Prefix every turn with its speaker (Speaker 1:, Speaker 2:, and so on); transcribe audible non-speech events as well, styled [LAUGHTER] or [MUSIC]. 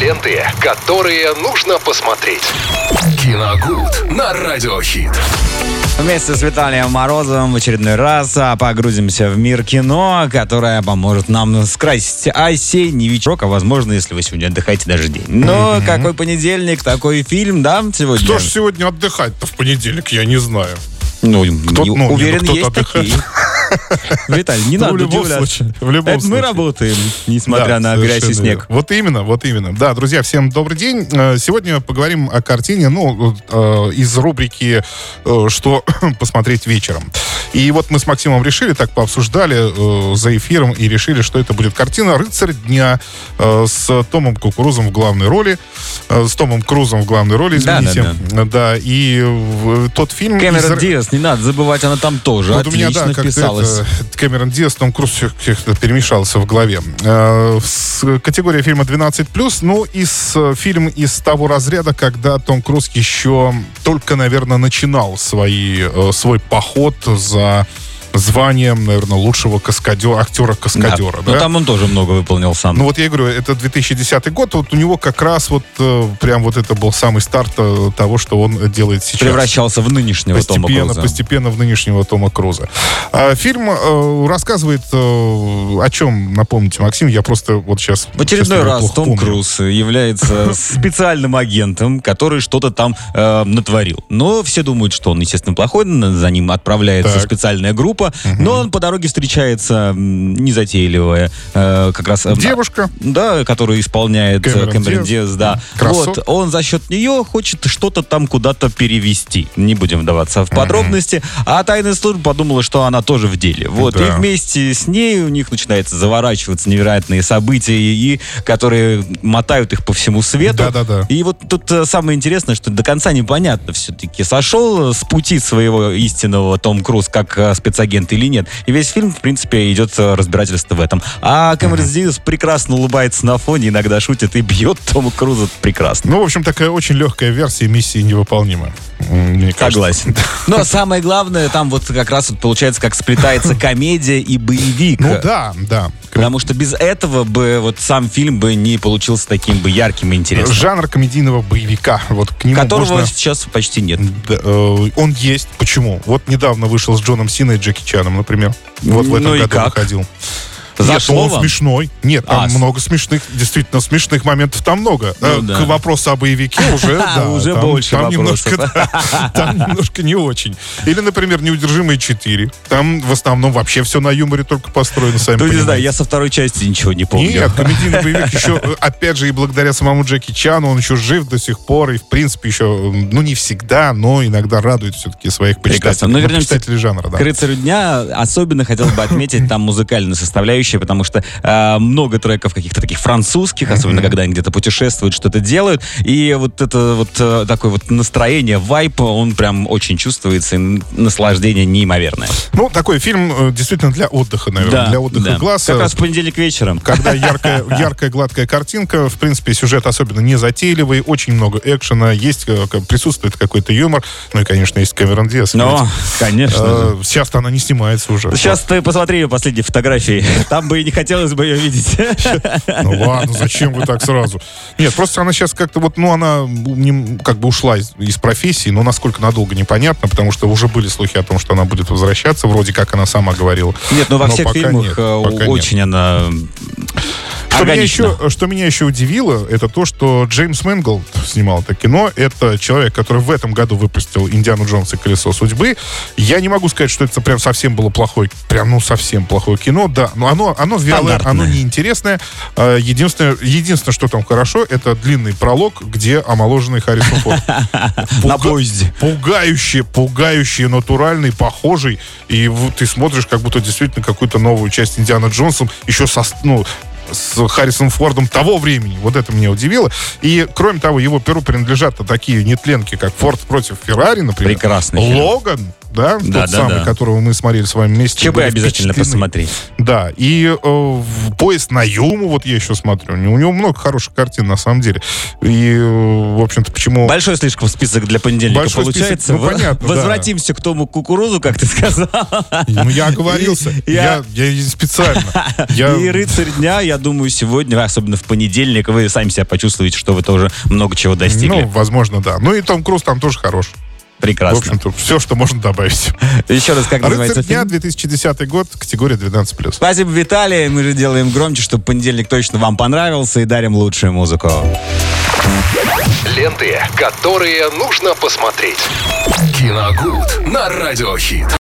Speaker 1: Ленты, которые нужно посмотреть. Киногуд на радиохит.
Speaker 2: Вместе с Виталием Морозовым в очередной раз а, погрузимся в мир кино, которое поможет нам скрасить осенний вечерок, а возможно, если вы сегодня отдыхаете, даже день. Но какой понедельник, такой фильм, да, сегодня?
Speaker 3: Кто ж сегодня отдыхать-то в понедельник, я не знаю.
Speaker 2: Ну,
Speaker 3: Кто-
Speaker 2: не-
Speaker 3: ну, не,
Speaker 2: уверен,
Speaker 3: ну, кто-то
Speaker 2: есть
Speaker 3: отдыхает.
Speaker 2: [LAUGHS] такие. Виталь, не
Speaker 3: Ну,
Speaker 2: надо
Speaker 3: в любом
Speaker 2: удивляться.
Speaker 3: случае, в любом
Speaker 2: Это мы
Speaker 3: случае.
Speaker 2: работаем, несмотря
Speaker 3: Да,
Speaker 2: на грязь и
Speaker 3: совершенно
Speaker 2: снег.
Speaker 3: верно. Вот именно, вот именно. Да, друзья, всем добрый день. Э, Сегодня поговорим о картине, ну, э, из рубрики э, «Что [COUGHS] посмотреть вечером». И вот мы с Максимом решили, так пообсуждали э, за эфиром и решили, что это будет картина «Рыцарь дня» э, с Томом Кукурузом в главной роли. э, С Томом Крузом в главной роли,
Speaker 2: Да, да,
Speaker 3: извините. да. и в- тот фильм... из-
Speaker 2: Кэмерон Диас, не надо забывать, она там тоже
Speaker 3: вот у меня, да,
Speaker 2: отлично
Speaker 3: как-то
Speaker 2: вписалась.
Speaker 3: это, э, Кэмерон Диас, Том Круз, всё как-то перемешался в голове. Э, с- Категория фильма 12+, ну, из, э, фильм из того разряда, когда Том Круз еще только, наверное, начинал свои, э, свой поход за званием, наверное, лучшего каскадера, актера-каскадера.
Speaker 2: Да. Но там он тоже много выполнил сам.
Speaker 3: Ну вот я и говорю, это 2010 год, вот у него как раз вот э, прям вот это был самый старт э, того, что он делает сейчас
Speaker 2: Превращался в нынешнего Тома
Speaker 3: постепенно,
Speaker 2: Круза.
Speaker 3: постепенно в нынешнего Тома Круза. А, фильм э, рассказывает э, о чем, напомните, Максим, я просто вот сейчас...
Speaker 2: В очередной раз Том
Speaker 3: Круза.
Speaker 2: Круз э,
Speaker 3: [LAUGHS]
Speaker 2: является специальным агентом, который что-то там э, натворил. Но все думают, что он, естественно, плохой, н- за ним отправляется
Speaker 3: Так.
Speaker 2: специальная группа, но он по дороге встречается м, незатейливая, э, как раз... э,
Speaker 3: Девушка.
Speaker 2: Да, которую исполняет Кэмерон,
Speaker 3: Кэмерон
Speaker 2: Кэмерон
Speaker 3: Диаз.
Speaker 2: Диаз, да.
Speaker 3: Красотка.
Speaker 2: Вот, он за счет нее хочет что-то там куда-то перевести. Не будем вдаваться в подробности. А тайная служба подумала, что она тоже в деле. Вот,
Speaker 3: Да.
Speaker 2: и вместе с ней у них начинается заворачиваться невероятные события, и, которые мотают их по всему свету.
Speaker 3: Да-да-да.
Speaker 2: И вот тут э, самое интересное, что до конца непонятно все-таки, сошел э, с пути своего истинного Том Круз как э, спецагент или нет. И весь фильм, в принципе, идет э, разбирательство в этом. А Кэмерон Диас прекрасно улыбается на фоне, иногда шутит и бьет Тома Круза прекрасно.
Speaker 3: Ну, в общем, такая очень легкая версия миссии невыполнима. м, Мне кажется.
Speaker 2: Согласен. Но самое главное, там вот как раз вот получается, как сплетается
Speaker 3: [LAUGHS]
Speaker 2: комедия и боевик.
Speaker 3: Ну да, да.
Speaker 2: Потому что без этого бы вот сам фильм бы не получился таким бы ярким и интересным.
Speaker 3: Жанр комедийного боевика. Вот к нему
Speaker 2: Которого
Speaker 3: можно-
Speaker 2: сейчас почти нет.
Speaker 3: Да, э, Он есть. Почему? Вот недавно вышел с Джоном Синой и Джеки Чаном, например. Вот в этом
Speaker 2: Ну и
Speaker 3: году
Speaker 2: как?
Speaker 3: выходил.
Speaker 2: Зашло
Speaker 3: Нет, ну он
Speaker 2: вам?
Speaker 3: смешной. Нет, там
Speaker 2: А, с-
Speaker 3: много смешных, действительно смешных моментов там много.
Speaker 2: Ну
Speaker 3: Э,
Speaker 2: да.
Speaker 3: К вопросу о боевике
Speaker 2: [LAUGHS]
Speaker 3: уже, да,
Speaker 2: Уже
Speaker 3: там-
Speaker 2: больше
Speaker 3: там
Speaker 2: вопросов.
Speaker 3: немножко, [LAUGHS] да, Там немножко не очень. Или, например, «Неудержимые 4». Там в основном вообще все на юморе только построено, сами
Speaker 2: Ну, не знаю,
Speaker 3: понимаете.
Speaker 2: я со второй части ничего не помню. [LAUGHS]
Speaker 3: Нет, комедийный боевик еще, э, опять же, и благодаря самому Джеки Чану, он еще жив до сих пор, и, в принципе, еще, м, ну, не всегда, но иногда радует все-таки своих
Speaker 2: Прекрасно.
Speaker 3: почитателей,
Speaker 2: Ну,
Speaker 3: ну,
Speaker 2: вернемся
Speaker 3: почитателей жанра. Да.
Speaker 2: К «Рыцарю дня» особенно хотел бы отметить там музыкальную составляющую, потому что э, много треков каких-то таких французских, особенно когда они где-то путешествуют, что-то делают. И вот это вот э, такое вот настроение, вайп, он прям очень чувствуется, и н- наслаждение неимоверное.
Speaker 3: Ну, такой фильм э, действительно для отдыха, наверное, Э, для отдыха
Speaker 2: да.
Speaker 3: глаз.
Speaker 2: Как
Speaker 3: э,
Speaker 2: раз в понедельник вечером.
Speaker 3: когда яркая, яркая гладкая картинка, в принципе, сюжет особенно не затейливый, очень много экшена, есть, э, к- присутствует какой-то юмор, ну и, конечно, есть Кэмерон Диас.
Speaker 2: Но,
Speaker 3: ведь.
Speaker 2: Ну, конечно же.
Speaker 3: Э, Сейчас-то она не снимается уже.
Speaker 2: Сейчас ты посмотри ее последние
Speaker 3: [LAUGHS]
Speaker 2: фотографии. Там бы и не хотелось бы ее видеть. [LAUGHS]
Speaker 3: Ну ладно, зачем вы так сразу? Нет, просто она сейчас как-то вот, ну, она не- как бы ушла из, из профессии, но насколько надолго непонятно, потому что уже были слухи о том, что она будет возвращаться, вроде как она сама говорила.
Speaker 2: Нет, ну во
Speaker 3: Но
Speaker 2: всех
Speaker 3: пока
Speaker 2: фильмах
Speaker 3: нет,
Speaker 2: э,
Speaker 3: пока нет.
Speaker 2: очень она м,
Speaker 3: Что меня,
Speaker 2: органична.
Speaker 3: еще, что меня еще удивило, это то, что Джеймс Мэнгл снимал это кино. Это человек, который в этом году выпустил «Индиану Джонс и Колесо судьбы». Я не могу сказать, что это прям совсем было плохое, прям ну совсем плохое кино, да. Но оно, оно вялое,
Speaker 2: Стандартное.
Speaker 3: оно неинтересное. А, Единственное, единственное, что там хорошо, это длинный пролог, где омоложенный Харрисон Форд.
Speaker 2: На поезде.
Speaker 3: Пугающе, пугающе натуральный, похожий. И вот ты смотришь, как будто действительно какую-то новую часть Индиана Джонсом еще со, с- ну, с Харрисом Фордом того времени. Вот это меня удивило. И, кроме того, его перу принадлежат такие нетленки, как Форд против Феррари, например.
Speaker 2: Прекрасный фильм.
Speaker 3: Логан. да?
Speaker 2: Да,
Speaker 3: Тот
Speaker 2: да,
Speaker 3: самый,
Speaker 2: да.
Speaker 3: которого мы смотрели с вами вместе.
Speaker 2: ЧБ
Speaker 3: были
Speaker 2: обязательно
Speaker 3: впечатлены.
Speaker 2: посмотри.
Speaker 3: Да, и э, в поезд на Юму, вот я еще смотрю, у него- у него много хороших картин, на самом деле. И, э, в общем-то, почему...
Speaker 2: Большой слишком список для понедельника
Speaker 3: Большой список,
Speaker 2: получается.
Speaker 3: ну,
Speaker 2: Во-
Speaker 3: понятно, да.
Speaker 2: Возвратимся к тому кукурузу, как ты [LAUGHS] сказал. [LAUGHS]
Speaker 3: Ну, я оговорился.
Speaker 2: Я-
Speaker 3: Я, я и специально.
Speaker 2: [LAUGHS]
Speaker 3: Я-
Speaker 2: И рыцарь дня, я думаю, сегодня, особенно в понедельник, вы сами себя почувствуете, что вы тоже много чего достигли.
Speaker 3: Ну, возможно, да. Ну и Том Круз там тоже хорош. В
Speaker 2: Прекрасно.
Speaker 3: общем-то, все, что можно добавить.
Speaker 2: Еще раз, как называется
Speaker 3: Рыцарь дня,
Speaker 2: фильм?
Speaker 3: 2010 год, категория 12+.
Speaker 2: Спасибо, Виталий. Мы же делаем громче, чтобы понедельник точно вам понравился и дарим лучшую музыку.
Speaker 1: Ленты, которые нужно посмотреть. Киногуд на радиохит.